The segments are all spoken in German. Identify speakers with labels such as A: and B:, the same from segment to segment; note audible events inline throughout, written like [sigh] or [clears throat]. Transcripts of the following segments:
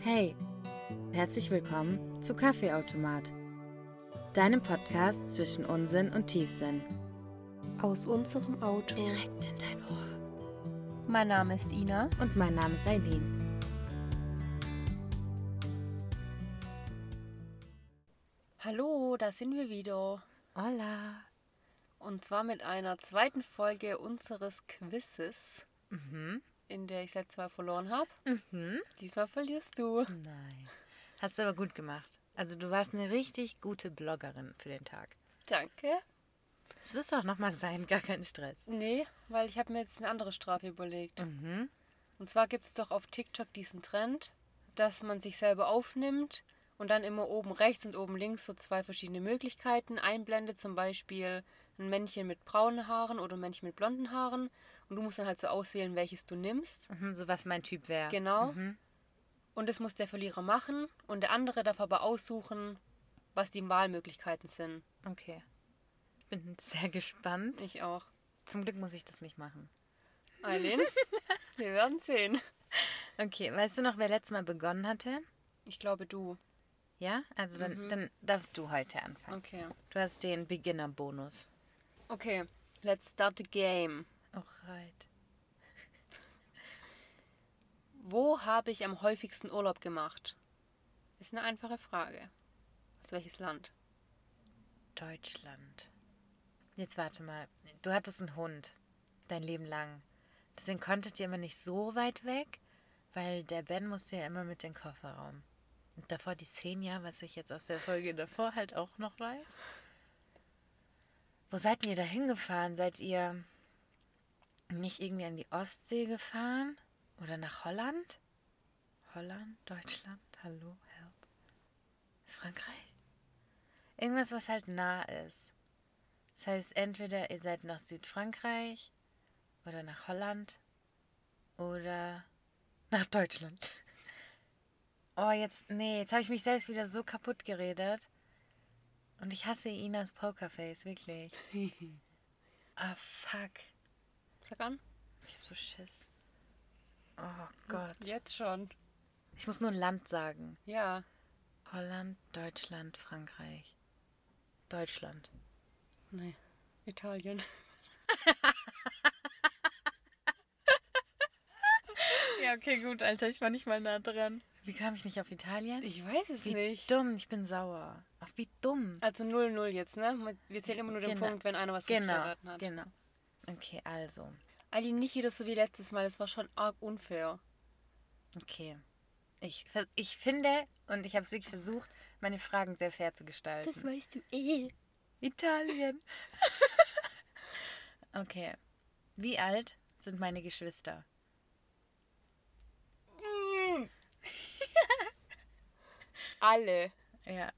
A: Hey, herzlich willkommen zu Kaffeeautomat, deinem Podcast zwischen Unsinn und Tiefsinn.
B: Aus unserem Auto.
A: Direkt in dein Ohr.
B: Mein Name ist Ina.
A: Und mein Name ist Eileen.
B: Hallo, da sind wir wieder.
A: Hola.
B: Und zwar mit einer zweiten Folge unseres Quizzes, in der ich letztes Mal verloren habe. Diesmal verlierst du.
A: Mhm. Nein. Hast du aber gut gemacht. Also du warst eine richtig gute Bloggerin für den Tag.
B: Danke.
A: Das wirst du auch nochmal sein, [laughs] gar kein Stress.
B: Nee, weil ich habe mir jetzt eine andere Strafe überlegt. Und zwar gibt es doch auf TikTok diesen Trend, dass man sich selber aufnimmt und dann immer oben rechts und oben links so zwei verschiedene Möglichkeiten einblendet. Zum Beispiel ein Männchen mit braunen Haaren oder ein Männchen mit blonden Haaren. Und du musst dann halt so auswählen, welches du nimmst.
A: Mhm, so was mein Typ wäre.
B: Genau. Und das muss der Verlierer machen und der andere darf aber aussuchen, was die Wahlmöglichkeiten sind.
A: Okay. Ich bin sehr gespannt.
B: Ich auch.
A: Zum Glück muss ich das nicht machen.
B: Eileen, wir werden sehen.
A: Okay, weißt du noch, wer letztes Mal begonnen hatte?
B: Ich glaube du.
A: Ja? Also dann, dann darfst du heute anfangen.
B: Okay.
A: Du hast den Beginner-Bonus.
B: Okay, let's start the game.
A: Alright.
B: Wo habe ich am häufigsten Urlaub gemacht? Ist eine einfache Frage. Aus welches Land?
A: Deutschland. Jetzt warte mal. Du hattest einen Hund. Dein Leben lang. Deswegen konntet ihr immer nicht so weit weg, weil der Ben musste ja immer mit in den Kofferraum. Und davor die zehn Jahre, was ich jetzt aus der Folge davor halt auch noch weiß. Wo seid ihr da hingefahren? Seid ihr nicht irgendwie an die Ostsee gefahren? Oder nach Holland? Holland, Deutschland, hallo, help. Frankreich? Irgendwas, was halt nah ist. Das heißt, entweder ihr seid nach Südfrankreich oder nach Holland oder nach Deutschland. [laughs] Oh, jetzt, nee, jetzt habe ich mich selbst wieder so kaputt geredet. Und ich hasse Inas Pokerface, wirklich. ah, fuck.
B: Sag an.
A: Ich hab so Schiss. Oh Gott.
B: Jetzt schon.
A: Ich muss nur ein Land sagen.
B: Ja.
A: Holland, Deutschland, Frankreich. Deutschland.
B: Nee. Italien.
A: Ja, okay, gut, Alter, ich war nicht mal nah dran. Wie kam ich nicht auf Italien?
B: Ich weiß es
A: wie
B: nicht.
A: dumm, ich bin sauer. Ach, wie dumm.
B: Also 0-0 jetzt, ne? Wir zählen immer nur den
A: Genau.
B: Punkt, wenn einer was richtig
A: Genau,
B: verraten hat.
A: genau. Okay, also.
B: Eileen, nicht wieder so wie letztes Mal. Das war schon arg unfair.
A: Okay. Ich, ver- ich finde, und ich habe es wirklich versucht, meine Fragen sehr fair zu gestalten.
B: weißt du eh.
A: Italien. [laughs] okay. Wie alt sind meine Geschwister?
B: Alle.
A: Ja.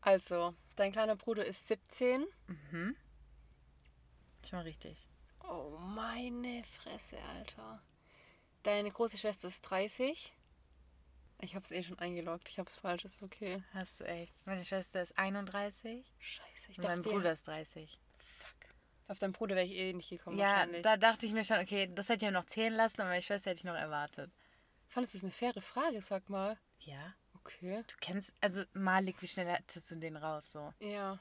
B: Also, dein kleiner Bruder ist 17.
A: Schon mal richtig.
B: Oh, meine Fresse, Alter. Deine große Schwester ist 30. Ich hab's eh schon eingeloggt. Ich hab's falsch, ist okay.
A: Hast du echt. Meine Schwester ist 31
B: Scheiße, ich
A: und mein
B: dachte,
A: Bruder ist 30.
B: Fuck. Auf deinen Bruder wäre ich eh nicht gekommen,
A: Ja,
B: wahrscheinlich.
A: da dachte ich mir schon, okay, das hätte ich mir noch zählen lassen, aber meine Schwester hätte ich noch erwartet.
B: Fandest du es eine faire Frage, sag mal?
A: Ja.
B: Okay.
A: Du kennst, also Malik, wie schnell hattest du den raus so?
B: Ja.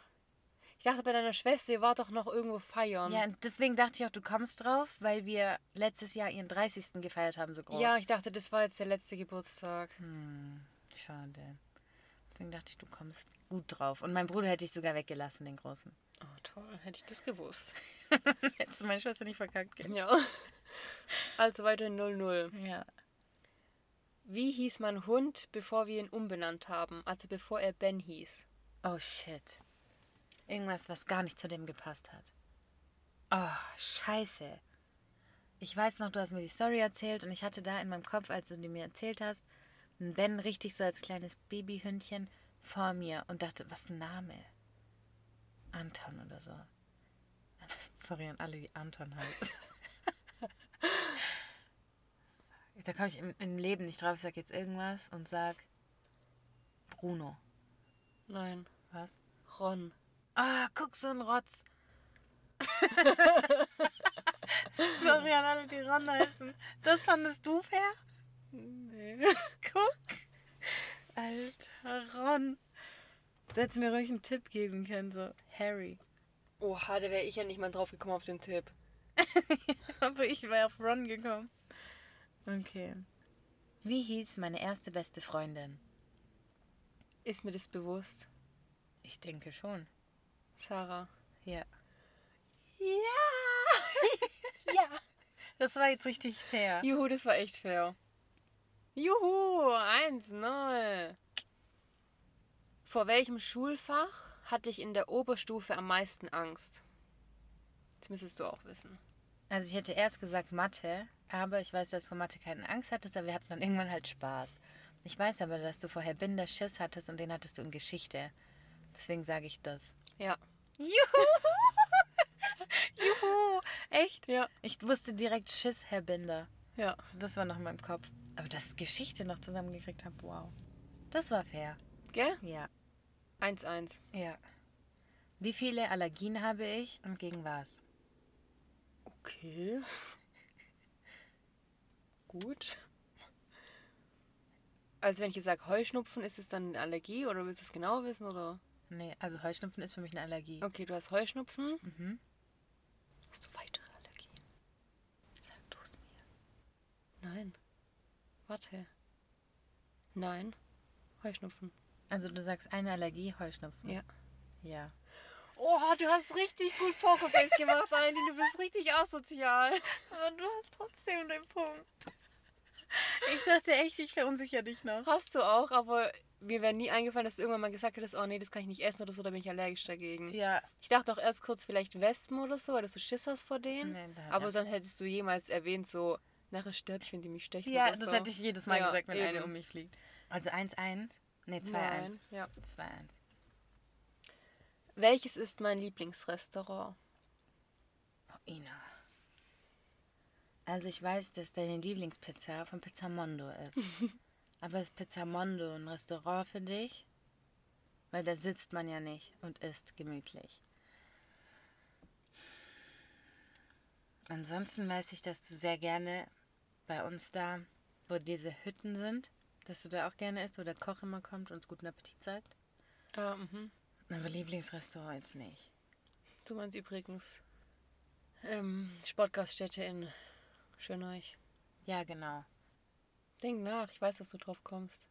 B: Ich dachte, bei deiner Schwester, ihr wart doch noch irgendwo feiern.
A: Ja, und deswegen dachte ich auch, du kommst drauf, weil wir letztes Jahr ihren 30. gefeiert haben, so groß.
B: Ja, ich dachte, das war jetzt der letzte Geburtstag.
A: Hm. Schade. Deswegen dachte ich, du kommst gut drauf. Und mein Bruder hätte ich sogar weggelassen, den großen. [laughs]
B: Oh, toll. Hätte ich das gewusst. [laughs]
A: Hättest du meine Schwester nicht verkackt gehen.
B: Ja. Also weiterhin 0-0.
A: Ja.
B: Wie hieß mein Hund, bevor wir ihn umbenannt haben? Also bevor er Ben hieß.
A: Oh shit. Irgendwas, was gar nicht zu dem gepasst hat. Oh, scheiße. Ich weiß noch, du hast mir die Story erzählt und ich hatte da in meinem Kopf, als du die mir erzählt hast, einen Ben richtig so als kleines Babyhündchen vor mir und dachte, was ein Name? Anton oder so. [laughs] Sorry an alle, die Anton heißen. [laughs] da komme ich im, im Leben nicht drauf. Ich sag jetzt irgendwas und sag Bruno.
B: Nein,
A: Was?
B: Ron.
A: Ah, guck, so ein [laughs] Rotz. Sorry an alle, die Ron heißen. Das fandest du fair?
B: Nee.
A: Guck. Alter Ron. Du hättest mir ruhig einen Tipp geben können, so Harry.
B: Oha, da wäre ich ja nicht mal drauf gekommen auf den Tipp.
A: [laughs] Aber ich wäre auf Ron gekommen. Okay. Wie hieß meine erste beste Freundin?
B: Ist mir das bewusst?
A: Ich denke schon.
B: Sarah.
A: Ja.
B: Ja! ja!
A: Das war jetzt richtig fair.
B: Juhu, das war echt fair. Juhu, 1-0. Vor welchem Schulfach hatte ich in der Oberstufe am meisten Angst? Das müsstest du auch wissen.
A: Also ich hätte erst gesagt Mathe, aber ich weiß, dass du vor Mathe keine Angst hattest, aber wir hatten dann irgendwann halt Spaß. Ich weiß aber, dass du vorher Binder Schiss hattest und den hattest du in Geschichte. Deswegen sage ich das.
B: Ja.
A: [laughs] Juhu! Juhu! Echt?
B: Ja.
A: Ich wusste direkt Schiss, Herr Binder.
B: Ja.
A: Also das war noch in meinem Kopf. Aber dass ich Geschichte noch zusammengekriegt habe, wow. Das war fair.
B: Gell?
A: Ja.
B: 1-1.
A: Ja. Wie viele Allergien habe ich und gegen was?
B: Okay. [laughs] Gut. Also wenn ich jetzt sage Heuschnupfen, ist es dann eine Allergie oder willst du es genau wissen oder?
A: Nee, also Heuschnupfen ist für mich eine Allergie.
B: Okay, du hast Heuschnupfen.
A: Mhm.
B: Hast du weitere Allergien? Sag du es mir. Nein. Warte. Nein. Heuschnupfen.
A: Also du sagst eine Allergie, Heuschnupfen.
B: Ja.
A: Ja.
B: Oh, du hast richtig gut Pokerface gemacht, Eileen. Du bist richtig asozial.
A: Aber du hast trotzdem den Punkt. [laughs] Ich dachte echt, ich verunsichere dich noch.
B: Hast du auch, aber mir wäre nie eingefallen, dass du irgendwann mal gesagt hättest, oh nee, das kann ich nicht essen oder so, da bin ich allergisch dagegen.
A: Ja.
B: Ich dachte auch erst kurz vielleicht Wespen oder so, weil du so Schiss hast vor denen.
A: Nee, da-
B: aber
A: ja.
B: sonst hättest du jemals erwähnt, so, nachher stirb ich, wenn die mich stechen
A: Ja,
B: oder
A: das
B: so.
A: hätte ich jedes Mal
B: Ja,
A: gesagt, wenn eine
B: eben.
A: um mich fliegt. Also 1-1? Nee, 2-1.
B: Nein, ja.
A: 2-1.
B: Welches ist mein Lieblingsrestaurant?
A: Oh, Ina. Also ich weiß, dass deine Lieblingspizza von Pizzamondo ist. Aber ist Pizzamondo ein Restaurant für dich? Weil da sitzt man ja nicht und isst gemütlich. Ansonsten weiß ich, dass du sehr gerne bei uns da, wo diese Hütten sind, dass du da auch gerne isst, wo der Koch immer kommt und uns guten Appetit sagt.
B: Ah, mhm.
A: Aber Lieblingsrestaurant jetzt nicht.
B: Du meinst übrigens ähm, Sportgaststätte in Schöneich.
A: Ja, genau.
B: Denk nach, ich weiß, dass du drauf kommst.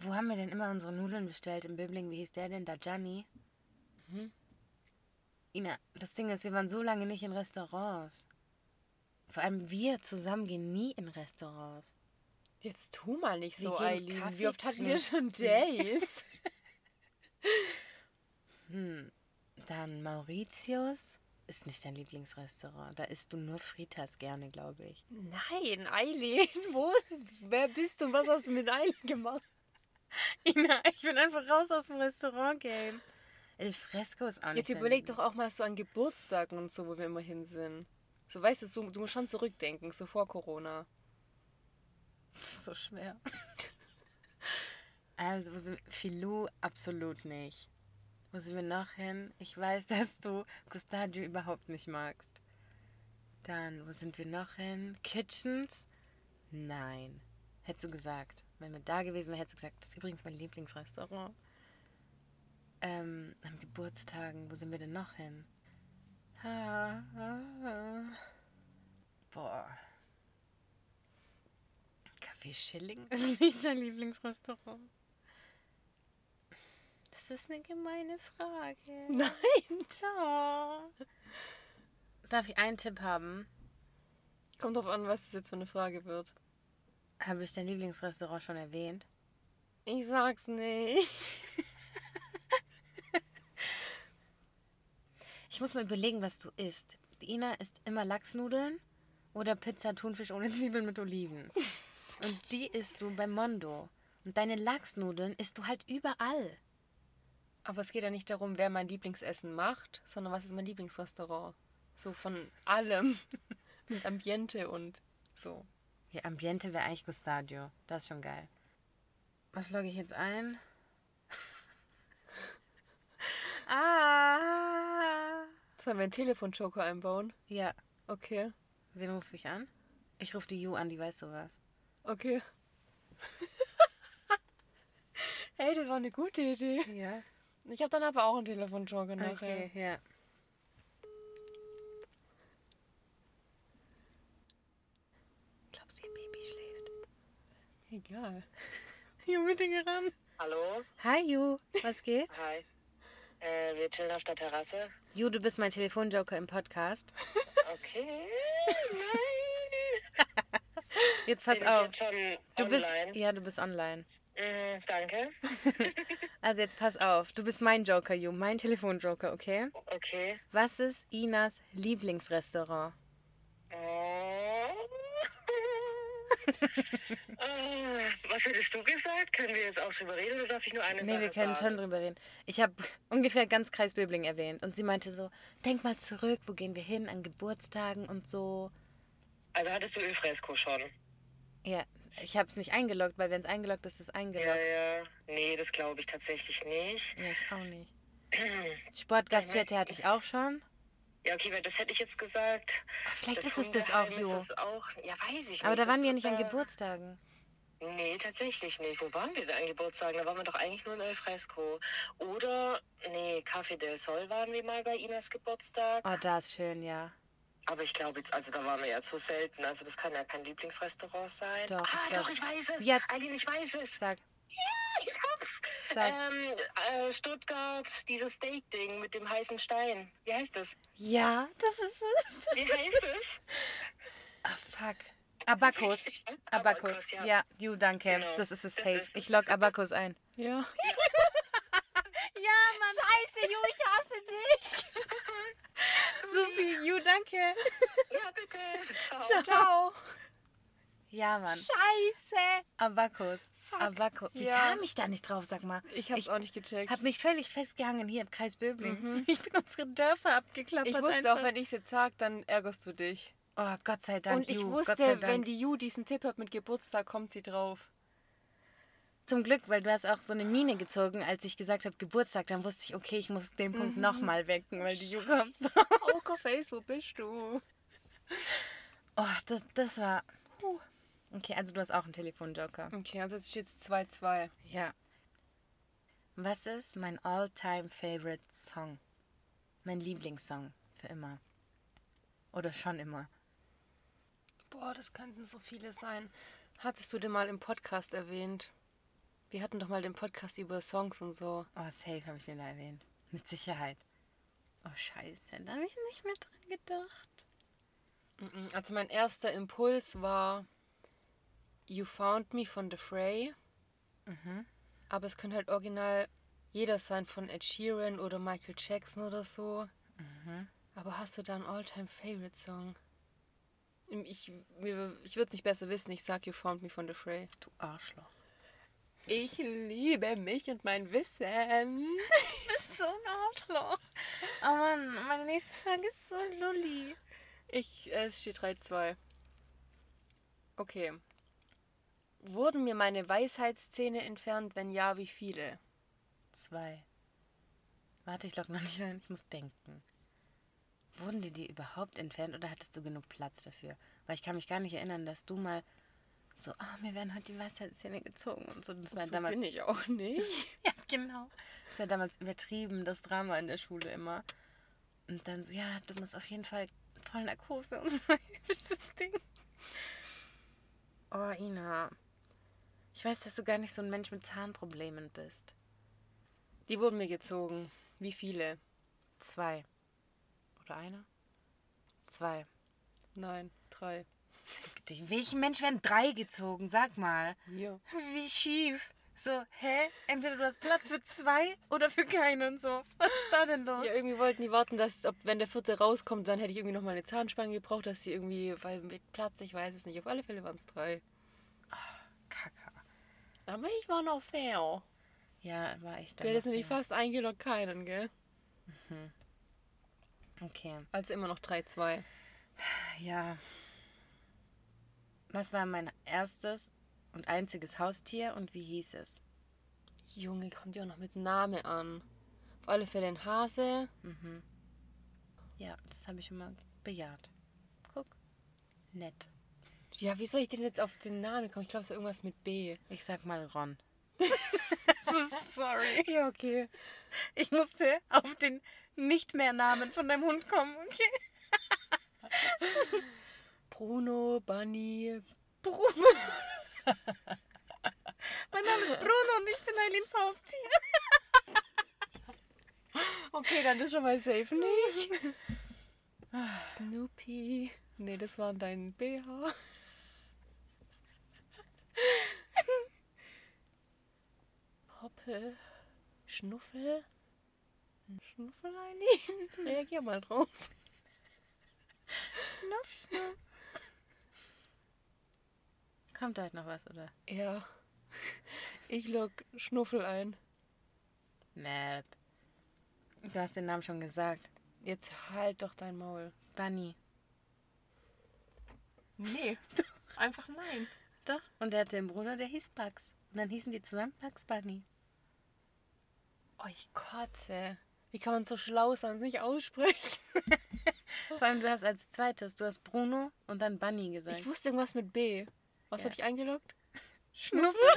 A: Wo haben wir denn immer unsere Nudeln bestellt? Im Böbling, wie hieß der denn? Da Gianni?
B: Mhm.
A: Ina, das Ding ist, wir waren so lange nicht in Restaurants. Vor allem wir zusammen gehen nie in Restaurants.
B: Jetzt tu mal nicht
A: Wir
B: so,
A: gehen
B: Eileen.
A: Kaffee
B: Wie oft hatten wir
A: [laughs]
B: schon
A: trinken.
B: Dates?
A: Hm, Dann Mauritius ist nicht dein Lieblingsrestaurant. Da isst du nur Fritas gerne, glaube ich.
B: Nein, Eileen, wo, wer bist du und was hast du mit Eileen gemacht?
A: Ina, ich bin einfach raus aus dem Restaurant-Game. El Fresco ist auch nicht
B: Jetzt
A: dein
B: überleg doch auch mal so an Geburtstagen und so, wo wir immer hin sind. So, weißt du, so, du musst schon zurückdenken, so vor Corona.
A: Das ist so schwer. [laughs] Also, wo sind Filou absolut nicht. Wo sind wir noch hin? Ich weiß, [laughs] dass du Gustadio überhaupt nicht magst. Dann, wo sind wir noch hin? Kitchens? Nein. Hättest du gesagt. Wenn wir da gewesen wären, hättest du gesagt, das ist übrigens mein Lieblingsrestaurant. Ähm, an Geburtstagen, wo sind wir denn noch hin? Ha, ha, ha. Boah. Café Schilling ist nicht dein Lieblingsrestaurant. Das ist eine gemeine Frage.
B: Nein.
A: Ciao. Darf ich einen Tipp haben?
B: Kommt drauf an, was das jetzt für eine Frage wird.
A: Habe ich dein Lieblingsrestaurant schon erwähnt?
B: Ich sag's nicht.
A: Ich muss mal überlegen, was du isst. Die Ina isst immer Lachsnudeln oder Pizza Thunfisch ohne Zwiebeln mit [laughs] Oliven. Und die isst du bei Mondo. Und deine Lachsnudeln isst du halt überall.
B: Aber es geht ja nicht darum, wer mein Lieblingsessen macht, sondern was ist mein Lieblingsrestaurant. So von
A: [laughs]
B: allem. mit Ambiente und so.
A: Ja, Ambiente wäre eigentlich Gustadio. Das ist schon geil. Was logge ich jetzt ein? [laughs] ah!
B: Sollen wir einen Telefonjoker einbauen?
A: Ja,
B: Okay.
A: wen rufe ich an? Ich rufe die Ju an, die weiß sowas.
B: Okay. [laughs] hey, das war eine gute Idee.
A: Ja.
B: Ich habe dann aber auch einen Telefonjoker nachher.
A: Okay, ja. Glaubst du, ihr Baby schläft?
B: Egal.
A: Junge, Dinge ran.
C: Hallo,
A: Hi, Ju. Was geht?
C: hi. Äh, wir chillen auf der Terrasse.
A: Ju, du bist mein Telefonjoker im Podcast. [laughs]
C: Okay. Nein.
A: Jetzt pass
C: Bin ich
A: auf.
C: jetzt schon
A: Du bist,
C: online?
A: ja, du bist online.
C: Mm, danke.
A: Also jetzt pass auf. Du bist mein Joker, Ju. Mein Telefonjoker, okay? [laughs]
C: Okay.
A: Was ist Inas Lieblingsrestaurant?
C: Oh. [laughs] oh, was hättest du gesagt? Können wir jetzt auch drüber reden oder darf ich nur eine
A: Nee,
C: Sache
A: wir können schon
C: sagen?
A: drüber reden. Ich habe ungefähr ganz Kreis Böbling erwähnt und sie meinte so, denk mal zurück, wo gehen wir hin an Geburtstagen und so.
C: Also hattest du Il Fresco schon?
A: Ja, ich habe es nicht eingeloggt, weil wenn es eingeloggt ist, ist es
C: Ja,
A: eingeloggt.
C: ja. Nee, das glaube ich tatsächlich nicht.
A: Ja, ich auch nicht. Sportgaststätte hatte ich auch schon.
C: Ja, okay, weil das hätte ich jetzt gesagt.
A: Ah, Vielleicht
C: Das
A: ist es das auch,
C: Hungerheim
A: Jo.
C: Ist es auch, ja, weiß ich nicht.
A: Aber da
C: Das
A: waren wir
C: ist
A: nicht an
C: da-
A: Geburtstagen.
C: Nee, tatsächlich nicht. Wo waren wir denn an Geburtstagen? Da waren wir doch eigentlich nur in El Fresco. Oder, nee, Café del Sol waren wir mal bei Inas Geburtstag.
A: Oh, da ist schön, ja.
C: Aber ich glaube jetzt, also da waren wir ja zu selten. Also das kann ja kein Lieblingsrestaurant sein.
A: Doch,
C: ah,
A: ich glaub-
C: doch, ich weiß es.
A: Jetzt.
C: Eileen, ich weiß
A: [laughs]
C: es.
A: Sag,
C: Ich hab's.
A: Sag.
C: Ähm, äh, Stuttgart, dieses Steak-Ding mit dem heißen Stein. Wie heißt das?
A: ja, das ist es.
C: Wie heißt
A: [laughs]
C: es?
A: Ah, fuck. Abakus. Abakus.
C: Abakus, ja.
A: Ja, Ju, danke.
C: Genau,
A: Das ist es
C: das
A: safe.
C: ist es.
A: Ich log Abakus ein.
B: Ja.
A: Ja, Mann. Scheiße, Ju, ich hasse dich. [laughs] Supi, Ju, danke.
C: Ja, bitte. Ciao.
B: Ciao.
A: Ja, Mann.
B: Scheiße.
A: Abakus. Abakus. Wie
B: Ja.
A: kam ich da nicht drauf, sag mal?
B: Ich hab's auch nicht gecheckt.
A: Hab mich völlig festgehangen hier im Kreis Böbling. [laughs] Ich bin unsere Dörfer abgeklappert.
B: ich wusste
A: einfach.
B: auch, wenn ich's jetzt sag, dann ärgerst du dich.
A: Oh, Gott sei Dank.
B: Und ich
A: Ju, Gott sei
B: wusste,
A: Dank.
B: wenn die Ju diesen Tipp hat mit Geburtstag, kommt sie drauf.
A: Zum Glück, weil du hast auch so eine Miene gezogen, als ich gesagt habe Geburtstag. Dann wusste ich, okay, ich muss den
B: Mhm.
A: Punkt nochmal wecken, weil die Ju [laughs] kommt.
B: Pokerface, wo bist du?
A: Oh, das, das war... Huh. Okay, also du hast auch einen Telefonjoker.
B: Okay, also jetzt steht's 2-2.
A: Ja. Was ist mein All-Time-Favorite Song? Mein Lieblingssong für immer. Oder schon immer.
B: Boah, das könnten so viele sein. Hattest du den mal im Podcast erwähnt? Wir hatten doch mal den Podcast über Songs und so.
A: Oh, safe habe ich den da erwähnt. Mit Sicherheit. Oh, scheiße, da habe ich nicht mehr dran gedacht.
B: Mhm. Also mein erster Impuls war You Found Me von The Fray. Mhm. Aber es könnte halt original jeder sein von Ed Sheeran oder Michael Jackson oder so. Mhm. Aber hast du da einen All-Time-Favorite-Song? Ich, mir- ich würde es nicht besser wissen. Ich sag You Found Me von The Fray.
A: Du Arschloch.
B: Ich liebe mich und mein Wissen.
A: Du bist so ein Arschloch. Oh Mann, meine nächste Frage ist so lulli.
B: Ich, äh, es steht 3-2. Okay. Wurden mir meine Weisheitszähne entfernt? Wenn ja, wie viele?
A: Zwei. Warte, ich log noch nicht ein. Ich muss denken. Wurden die dir überhaupt entfernt oder hattest du genug Platz dafür? Weil ich kann mich gar nicht erinnern, dass du mal so, oh, mir werden heute die Weisheitszähne gezogen und so. Das war
B: so
A: damals.
B: bin ich auch nicht.
A: [laughs] Ja, genau. Das war damals übertrieben, das Drama in der Schule immer. Und dann so, ja, du musst auf jeden Fall voll Narkose und [laughs] so. das Ding. Oh, Ina. Ich weiß, dass du gar nicht so ein Mensch mit Zahnproblemen bist.
B: Die wurden mir gezogen. Wie viele?
A: Zwei. Oder eine? Zwei.
B: Nein, drei.
A: Welchen Mensch werden drei gezogen? Sag mal.
B: Ja.
A: Wie schief. So, hä? Entweder du hast Platz für zwei oder für keinen und so. Was ist da denn los?
B: Ja, irgendwie wollten die warten, dass, ob, wenn der vierte rauskommt, dann hätte ich irgendwie noch mal eine Zahnspange gebraucht, dass die irgendwie, weil mit Platz, ich weiß es nicht. Auf alle Fälle waren es drei.
A: Kacke.
B: Aber ich war noch fair.
A: Ja, war ich da.
B: Du hättest nämlich fast eingeloggt keinen, gell?
A: Okay.
B: Also immer noch 3-2.
A: Ja. Was war mein erstes und einziges Haustier und wie hieß es?
B: Junge, kommt ja auch noch mit Name an. Auf alle Fälle ein Hase.
A: Ja, das habe ich immer bejaht. Guck. Nett.
B: Ja, wie soll ich denn jetzt auf den Namen kommen? Ich glaube, es war irgendwas mit B.
A: Ich sag mal [laughs] Ron. Sorry.
B: Ja, okay.
A: Ich musste auf den nicht mehr Namen von deinem Hund kommen, okay?
B: Bruno, Bunny.
A: Bruno. [laughs] mein Name ist Bruno und ich bin Eileens Haustier.
B: Okay, dann ist schon mal safe nicht. [laughs] Snoopy. Nee, das war dein BH. [laughs] Hoppel. Schnuffel. Schnuffel, Eileen? [laughs] Reagier mal drauf.
A: Schnuff, schnuff. Kommt da halt noch was, oder?
B: Ja. Ich log Schnuffel ein.
A: Map. Du hast den Namen schon gesagt.
B: Jetzt halt doch dein Maul.
A: Bunny.
B: [laughs] Nee. Einfach nein.
A: Doch. Und er hatte einen Bruder, der hieß Bugs. Und dann hießen die zusammen Bugs Bunny.
B: Oh, ich kotze. Wie kann man so schlau sein und es nicht aussprechen?
A: Vor allem, du hast als zweites, du hast Bruno und dann Bunny gesagt.
B: Ich wusste irgendwas mit B. Was
A: Ja.
B: habe ich eingeloggt?
A: Schnuffel.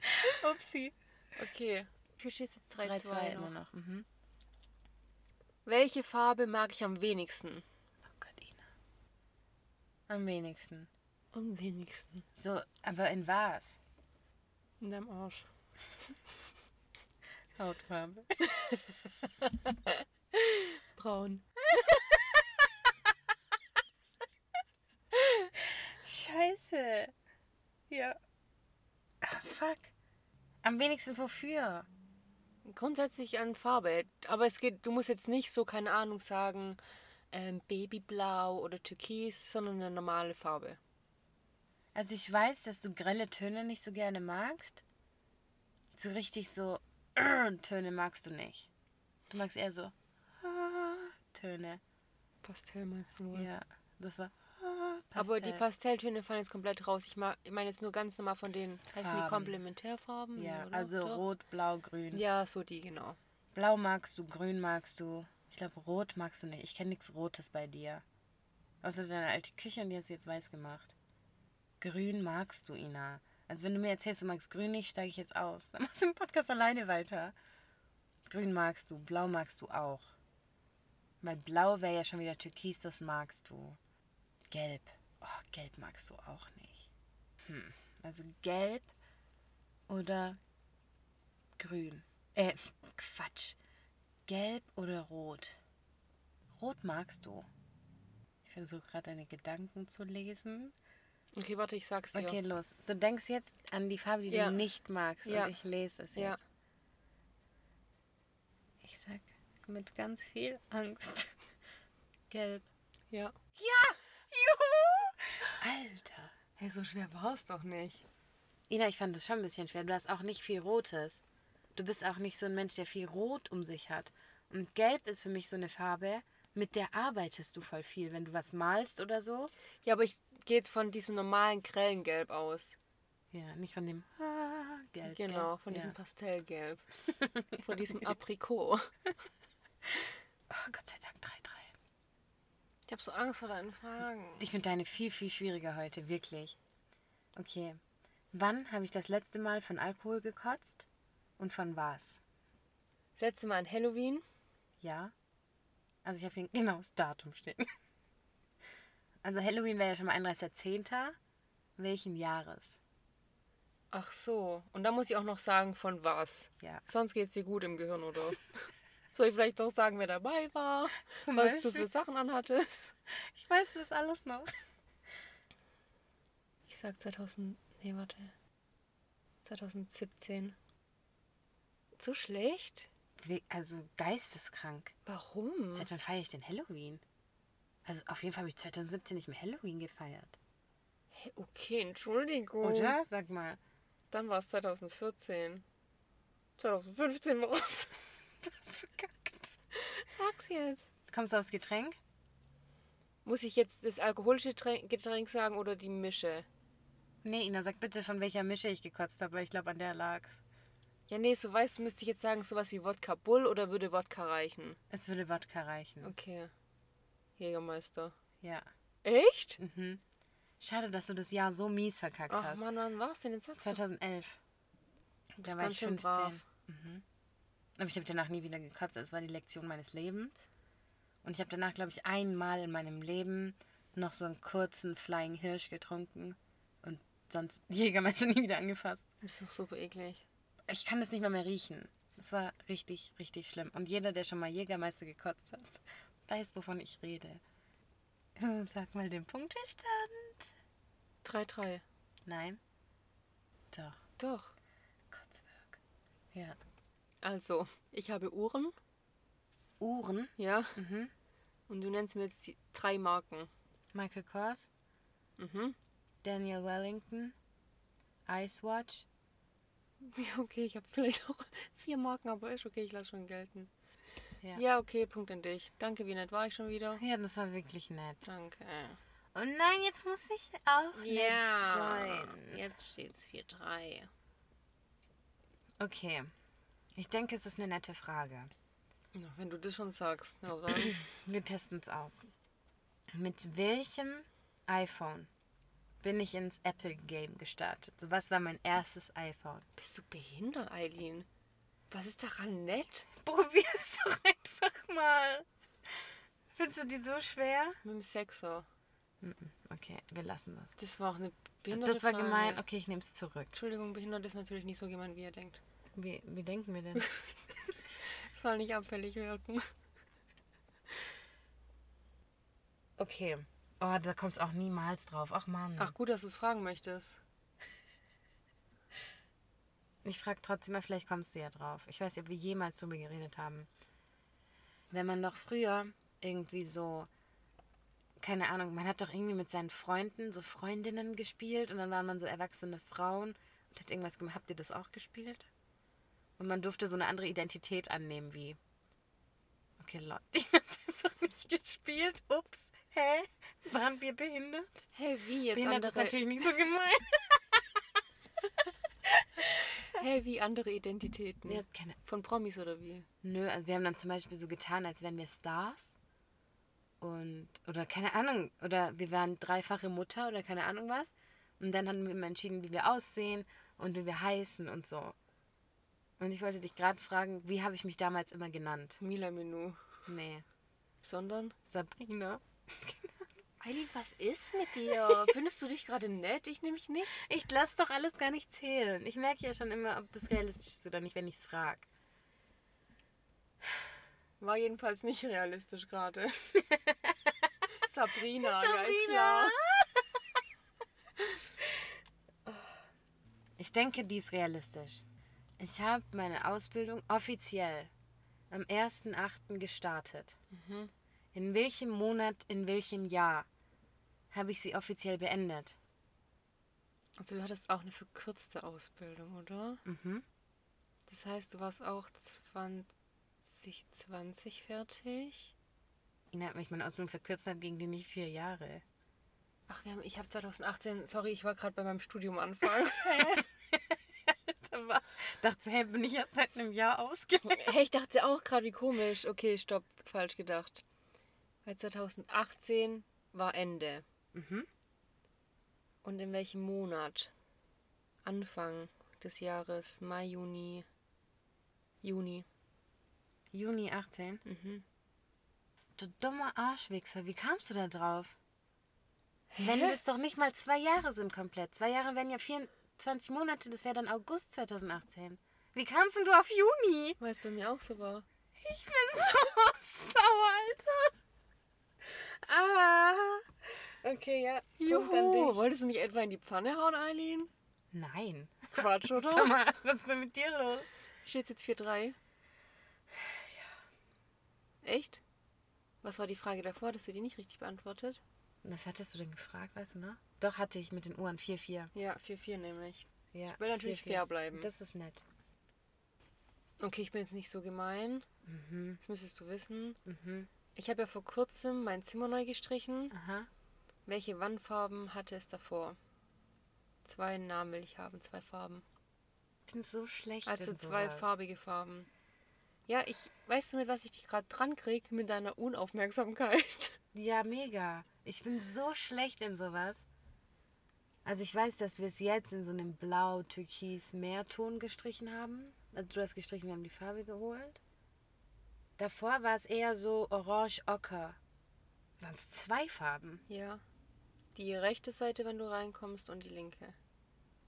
A: [laughs] Upsi.
B: Okay. Hier steht jetzt 3,
A: 3,
B: 2,
A: 2
B: noch.
A: immer noch. Mhm.
B: Welche Farbe mag ich am wenigsten?
A: Oh Gott, Ina. Am wenigsten.
B: Am wenigsten.
A: So, aber in was?
B: In deinem Arsch.
A: Hautfarbe.
B: Braun.
A: Scheiße. Ja. Ah, fuck. Am wenigsten wofür?
B: Grundsätzlich an Farbe. Aber es geht, du musst jetzt nicht so, keine Ahnung, sagen, ähm, Babyblau oder Türkis, sondern eine normale Farbe.
A: Also ich weiß, dass du grelle Töne nicht so gerne magst. So richtig so [clears throat] Töne magst du nicht. Du magst eher so [clears throat] Töne.
B: Pastell meinst du wohl?
A: Ja, das war
B: Mhm. Aber die
A: Pastell.
B: Pastelltöne fallen jetzt komplett raus. Ich, ma- ich meine jetzt nur ganz normal von den, heißen die
A: Farben.
B: Komplementärfarben?
A: Ja,
B: oder?
A: also
B: Doch.
A: rot, blau, grün.
B: Ja, so die, genau.
A: Blau magst du, grün magst du. Ich glaube, rot magst du nicht. Ich kenne nichts Rotes bei dir. Außer deine alte Küche und die hast du jetzt weiß gemacht. Grün magst du, Ina. Also wenn du mir erzählst, du magst grün nicht, steige ich jetzt aus. [laughs] Dann machst du den Podcast alleine weiter. Grün magst du, blau magst du auch. Weil blau wäre ja schon wieder türkis, das magst du. Gelb. Oh, gelb magst du auch nicht. Hm. Also gelb oder grün. Äh, Quatsch. Gelb oder rot? Rot magst du. Ich versuche gerade deine Gedanken zu lesen.
B: Okay, warte, ich sag's dir.
A: Okay, los. Du denkst jetzt an die Farbe, die
B: Ja.
A: du nicht magst.
B: Ja.
A: Und ich lese es
B: Ja.
A: jetzt. Ich sag mit ganz viel Angst. [laughs] Gelb.
B: Ja.
A: Alter.
B: Hey, so schwer war's doch nicht.
A: Ina, ich fand es schon ein bisschen schwer. Du hast auch nicht viel Rotes. Du bist auch nicht so ein Mensch, der viel Rot um sich hat. Und Gelb ist für mich so eine Farbe, mit der arbeitest du voll viel. Wenn du was malst oder so.
B: Ja, aber ich gehe jetzt von diesem normalen grellen Gelb aus.
A: Ja, nicht von dem ah, Gelb.
B: Genau,
A: Gelb.
B: von
A: ja. [laughs]
B: diesem Pastellgelb. von diesem Aprikot.
A: Oh, Gott sei Dank 3-3.
B: Ich habe so Angst vor deinen Fragen.
A: Ich finde deine viel, viel schwieriger heute, wirklich. Okay. Wann habe ich das letzte Mal von Alkohol gekotzt? Und von was?
B: Das letzte Mal an Halloween.
A: Ja? Also ich habe hier genau das Datum stehen. Also Halloween wäre ja schon mal 31.10. Welchen Jahres?
B: Ach so. Und da muss ich auch noch sagen, von was.
A: Ja.
B: Sonst geht's dir gut im
A: [laughs]
B: Gehirn, oder? Soll ich vielleicht doch sagen, wer dabei war?
A: Zum
B: was du
A: Beispiel?
B: für Sachen anhattest?
A: Ich weiß das alles noch.
B: Ich sag 2000. Nee, warte. 2017. So schlecht?
A: We- Also geisteskrank.
B: Warum?
A: Seit wann feiere ich denn Halloween? Also auf jeden Fall habe ich 2017 nicht mehr Halloween gefeiert.
B: Hey, okay, Entschuldigung.
A: Oder? Sag mal. [laughs]
B: Dann war es 2014. 2015
A: [laughs]
B: war es.
A: Du hast verkackt.
B: Sag's jetzt.
A: Kommst du aufs Getränk?
B: Muss ich jetzt das alkoholische Trän- Getränk sagen oder die Mische?
A: Nee, Ina, sag bitte, von welcher Mische ich gekotzt habe, weil ich glaube, an der lag's.
B: Ja, nee, so weißt du, müsste ich jetzt sagen, sowas wie Wodka Bull oder würde Wodka reichen?
A: Es würde Wodka reichen.
B: Okay. Jägermeister.
A: Ja. [laughs]
B: Echt?
A: Mhm. Schade, dass du das Jahr so mies verkackt
B: Ach
A: hast.
B: Mann, wann war's denn? Jetzt sagst du,
A: 2011. Da
B: du bist
A: war ich
B: ganz schön
A: 15.
B: brav.
A: Mhm. Aber ich habe danach nie wieder gekotzt. Es war die Lektion meines Lebens. Und ich habe danach, glaube ich, einmal in meinem Leben noch so einen kurzen Flying Hirsch getrunken und sonst [laughs] Jägermeister nie wieder angefasst.
B: Das ist doch super eklig.
A: Ich kann das nicht mal mehr riechen. Es war richtig, richtig schlimm. Und jeder, der schon mal Jägermeister gekotzt hat, weiß, wovon ich rede. Hm, Sag mal den Punktestand.
B: 3-3.
A: Nein. Doch.
B: Doch.
A: Kotzwerk. Ja.
B: Also, ich habe Uhren,
A: Uhren.
B: ja.
A: Mhm.
B: Und du nennst mir jetzt die drei Marken.
A: Michael Kors.
B: Mhm. [laughs]
A: Daniel Wellington, Ice Watch.
B: Ja, okay, ich habe vielleicht auch [laughs] vier Marken, aber ist okay, ich lasse schon gelten.
A: Ja.
B: Ja. okay, Punkt an dich. Danke, wie nett war ich schon wieder?
A: Ja, das war wirklich nett.
B: Danke.
A: Oh nein, jetzt muss ich auch
B: Ja,
A: nett sein.
B: jetzt steht's 4-3.
A: Okay. Ich denke, es ist eine nette Frage.
B: Na, Wenn du das schon sagst, na dann.
A: Wir testen es aus. Mit welchem iPhone bin ich ins Apple Game gestartet? So was war mein erstes iPhone?
B: Bist du behindert, Eileen? Was ist daran nett?
A: Probier's doch einfach mal. Findest du die so schwer?
B: Mit dem Sexer.
A: Okay, wir lassen das.
B: Das war auch eine behinderte
A: Das war
B: Frage.
A: gemein. Okay, ich nehme es zurück.
B: Entschuldigung, behindert ist natürlich nicht so gemein, wie ihr denkt.
A: Wie, wie denken wir denn?
B: Soll nicht abfällig wirken.
A: Okay. Oh, da kommst auch niemals drauf. Ach Mann.
B: Ach gut, dass du es fragen möchtest.
A: Ich frage trotzdem mal, vielleicht kommst du ja drauf. Ich weiß nicht, ob wir jemals drüber geredet haben. Wenn man doch früher irgendwie so, keine Ahnung, man hat doch irgendwie mit seinen Freunden so Freundinnen gespielt und dann waren man so erwachsene Frauen und hat irgendwas gemacht. Habt ihr das auch gespielt? Und man durfte so eine andere Identität annehmen wie. Okay, Leute, [laughs] ich hab's einfach nicht gespielt. Ups. Hä? Waren wir behindert?
B: Hey, wie jetzt
A: Behindert ist
B: andere,
A: natürlich nicht so gemeint.
B: hey, wie andere Identitäten?
A: Ja, keine
B: Von Promis oder wie?
A: Nö, also wir haben dann zum Beispiel so getan, als wären wir Stars. Und, oder keine Ahnung, oder wir waren dreifache Mutter oder keine Ahnung was. Und dann haben wir immer entschieden, wie wir aussehen und wie wir heißen und so. Und ich wollte dich gerade fragen, wie habe ich mich damals immer genannt?
B: Mila Menu.
A: Nee,
B: Sondern?
A: Sabrina.
B: Eileen, was ist mit [laughs] dir? Findest du dich gerade nett? Ich nämlich nicht.
A: Ich lasse doch alles gar nicht zählen. Ich merke ja schon immer, ob das realistisch ist oder nicht, wenn ich es frage.
B: War jedenfalls nicht realistisch [laughs] gerade. Sabrina, ja ist klar.
A: Ich denke, die ist realistisch. Ich habe meine Ausbildung offiziell am 1.8. gestartet. In welchem Monat, in welchem Jahr habe ich sie offiziell beendet?
B: Also du hattest auch eine verkürzte Ausbildung, oder?
A: Mhm.
B: Das heißt, du warst auch 2020 fertig?
A: Ina hat mich meine Ausbildung verkürzt, habe gegen die nicht vier Jahre. [laughs]
B: Ach, wir haben, ich habe 2018, sorry, ich war gerade bei meinem Studium [laughs] anfangen.
A: Da war's. Dachte, hey, bin ich erst seit einem Jahr ausgelernt.
B: Hey, ich dachte auch gerade, wie komisch. Okay, stopp, falsch gedacht. Weil 2018 war Ende.
A: Mhm.
B: Und in welchem Monat? Anfang des Jahres, Mai, Juni, Juni.
A: Juni 18.
B: Mhm.
A: Du dummer Arschwichser, wie kamst du da drauf? Wenn das doch nicht mal zwei Jahre sind komplett. Zwei Jahre wären ja 24 Monate, das wäre dann August 2018. Wie kamst denn du auf Juni? [laughs]
B: Weil es bei mir auch so war.
A: Ich bin so sauer, Alter. Ah. Okay, ja. Punkt an
B: Juhu,
A: dich.
B: wolltest du mich etwa in die Pfanne hauen, Eileen?
A: Nein. [laughs]
B: Quatsch,
A: Sag
B: oder?
A: mal, was ist denn mit dir los?
B: Steht jetzt 4-3? Ja. Echt? Was war die Frage davor? Hast du die nicht richtig beantwortet?
A: Was hattest du denn gefragt, weißt du noch? Doch, hatte ich mit den Uhren 4-4.
B: Ja, 4-4 nämlich.
A: Ja,
B: Ich will natürlich
A: 4-4.
B: fair bleiben.
A: Das ist nett.
B: Okay, ich bin jetzt nicht so gemein. Das müsstest du wissen.
A: Mhm. Ah.
B: Ich habe ja vor kurzem mein Zimmer neu gestrichen.
A: Aha.
B: Welche Wandfarben hatte es davor? Zwei Namen will ich haben, zwei Farben.
A: Ich bin so schlecht.
B: Also
A: in
B: zwei
A: sowas.
B: farbige Farben. Ja, ich, weißt du, mit was ich dich gerade dran krieg? Mit deiner Unaufmerksamkeit. [laughs]
A: Ja, mega. Ich bin so schlecht in sowas. Also ich weiß, dass wir es jetzt in so einem blau-türkis-Meerton gestrichen haben. Also du hast gestrichen, wir haben die Farbe geholt. Davor war es eher so orange-ocker. Waren es zwei Farben?
B: Ja. Die rechte Seite, wenn du reinkommst, und die linke.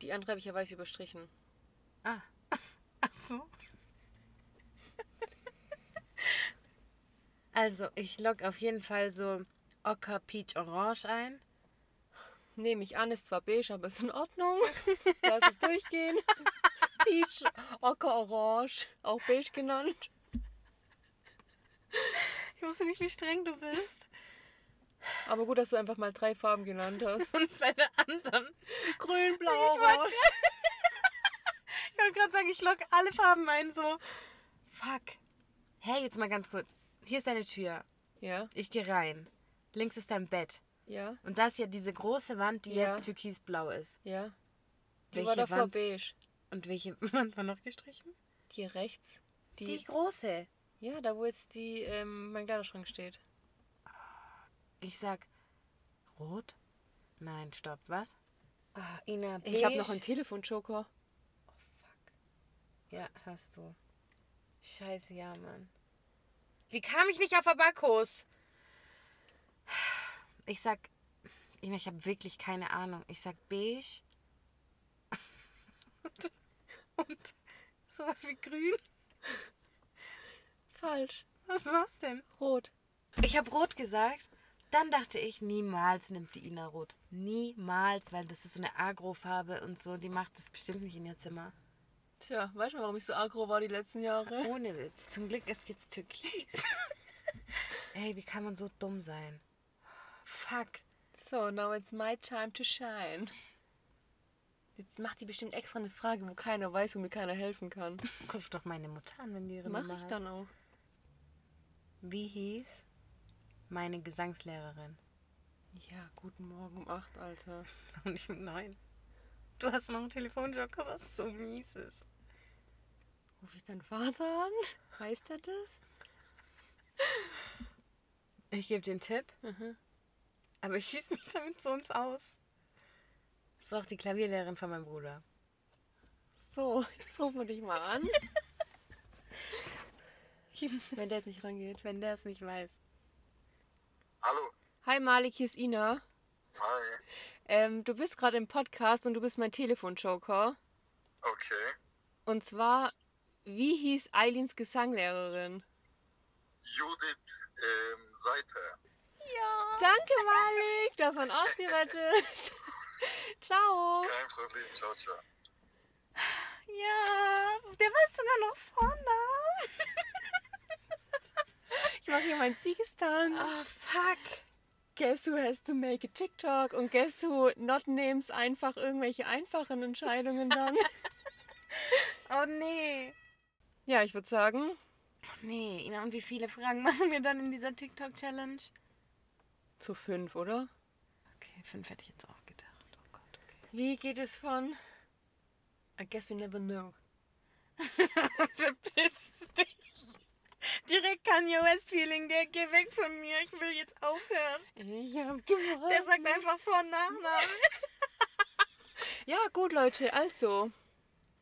B: Die andere habe ich ja weiß überstrichen.
A: Ah. Ach so. [laughs] Also ich log auf jeden Fall so ocker, peach, orange ein.
B: Nehme ich an, ist zwar beige, aber ist in [laughs] Ordnung. Lass ich durchgehen. Peach, Ocker, Orange, auch beige genannt.
A: Ich wusste nicht, wie streng du bist.
B: Aber gut, dass du einfach mal drei Farben genannt [laughs] hast.
A: Und bei der anderen.
B: Grün, blau, orange.
A: [laughs] Ich wollte gerade sagen, ich log alle Farben ein, so. Fuck. Hey, jetzt mal ganz kurz. Hier ist deine Tür.
B: Ja,
A: Ich gehe rein. Links ist dein Bett.
B: ja,
A: Und da ist ja diese große Wand, die
B: Ja.
A: jetzt türkisblau ist.
B: ja. Die
A: Welche
B: war davor
A: Wand?
B: beige.
A: Und welche [laughs] Wand war noch gestrichen?
B: Die rechts. Die,
A: Die große.
B: Ja, da wo jetzt die, ähm, mein Kleiderschrank steht.
A: Ich sag rot? Nein, stopp, was? Ah, Ina,
B: Ich habe noch einen Telefonjoker.
A: Ja, hast du. Scheiße, ja, Mann. Wie kam ich nicht auf Abakus? Ich sag, Ina, ich habe wirklich keine Ahnung. Ich sag beige. [laughs] Und, und sowas wie grün.
B: Falsch.
A: Was war's denn?
B: Rot.
A: Ich habe rot gesagt. Dann dachte ich, niemals nimmt die Ina rot. Niemals, weil das ist so eine Agro-Farbe und so. Die macht das bestimmt nicht in ihr Zimmer.
B: Tja, weißt du, warum ich so agro war die letzten Jahre?
A: Ohne Witz. Zum Glück ist jetzt
B: [laughs]
A: Türkis. Ey, wie kann man so dumm sein? Fuck.
B: So, now it's my time to shine. Jetzt macht die bestimmt extra eine Frage, wo keiner weiß, wo mir keiner helfen kann.
A: Ruf doch meine Mutter an, wenn die ihre
B: Mach
A: Nummer
B: ich
A: hat.
B: dann auch.
A: Wie hieß meine Gesangslehrerin? [laughs]
B: Ja, guten Morgen um 8, Alter.
A: Und ich um neun. Du hast noch einen Telefonjoker, was so mies ist.
B: Ruf ich deinen Vater an? Weiß der das?
A: Ich gebe dir einen Tipp.
B: Mhm.
A: Aber ich schieß mich damit so uns aus. Das war auch die Klavierlehrerin von meinem Bruder.
B: So, jetzt rufen wir dich mal [laughs] an. Wenn der jetzt nicht rangeht.
A: Wenn der es nicht weiß.
D: Hallo.
B: Hi Malik, hier ist Ina.
D: Hi.
B: Ähm, du bist gerade im Podcast und du bist mein Telefonjoker.
D: Okay.
B: Und zwar, wie hieß Eileens Gesanglehrerin?
D: Judith ähm, Seite.
B: Danke, Malik. Das war ein Arsch gerettet. [laughs] Ciao.
D: Kein Problem. Ciao, ciao.
A: Ja, der weiß sogar noch vorne.
B: Ich mache hier meinen Siegestanz.
A: Oh, fuck.
B: Guess who has to make a TikTok und guess who not names einfach irgendwelche einfachen Entscheidungen
D: [laughs]
B: dann.
A: Oh, nee.
B: ja, ich würde sagen,
A: Nee, Ina, und wie viele Fragen [laughs] machen wir dann in dieser TikTok-Challenge?
B: zu fünf, oder?
A: Okay, fünf hätte ich jetzt auch gedacht. Oh Gott, okay.
B: Wie geht es von I guess you never know.
A: Verpiss dich. Direkt Kanye West-Feeling, der geh weg von mir. Ich will jetzt aufhören.
B: Ich hab gewonnen.
A: Der sagt einfach Vor- und Nachnamen.
B: Ja, gut, Leute, also.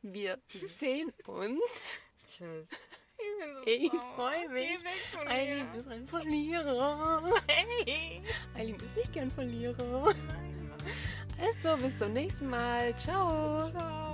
B: Wir sehen uns.
A: Tschüss. [laughs] Ich bin so
B: Ich
A: sauer.
B: freu mich.
A: Geh weg von
B: Eileen
A: mir.
B: ist ein Verlierer.
A: Hey.
B: Eileen ist nicht gern Verlierer. Also, bis zum nächsten Mal. Ciao.
A: Ciao. [laughs]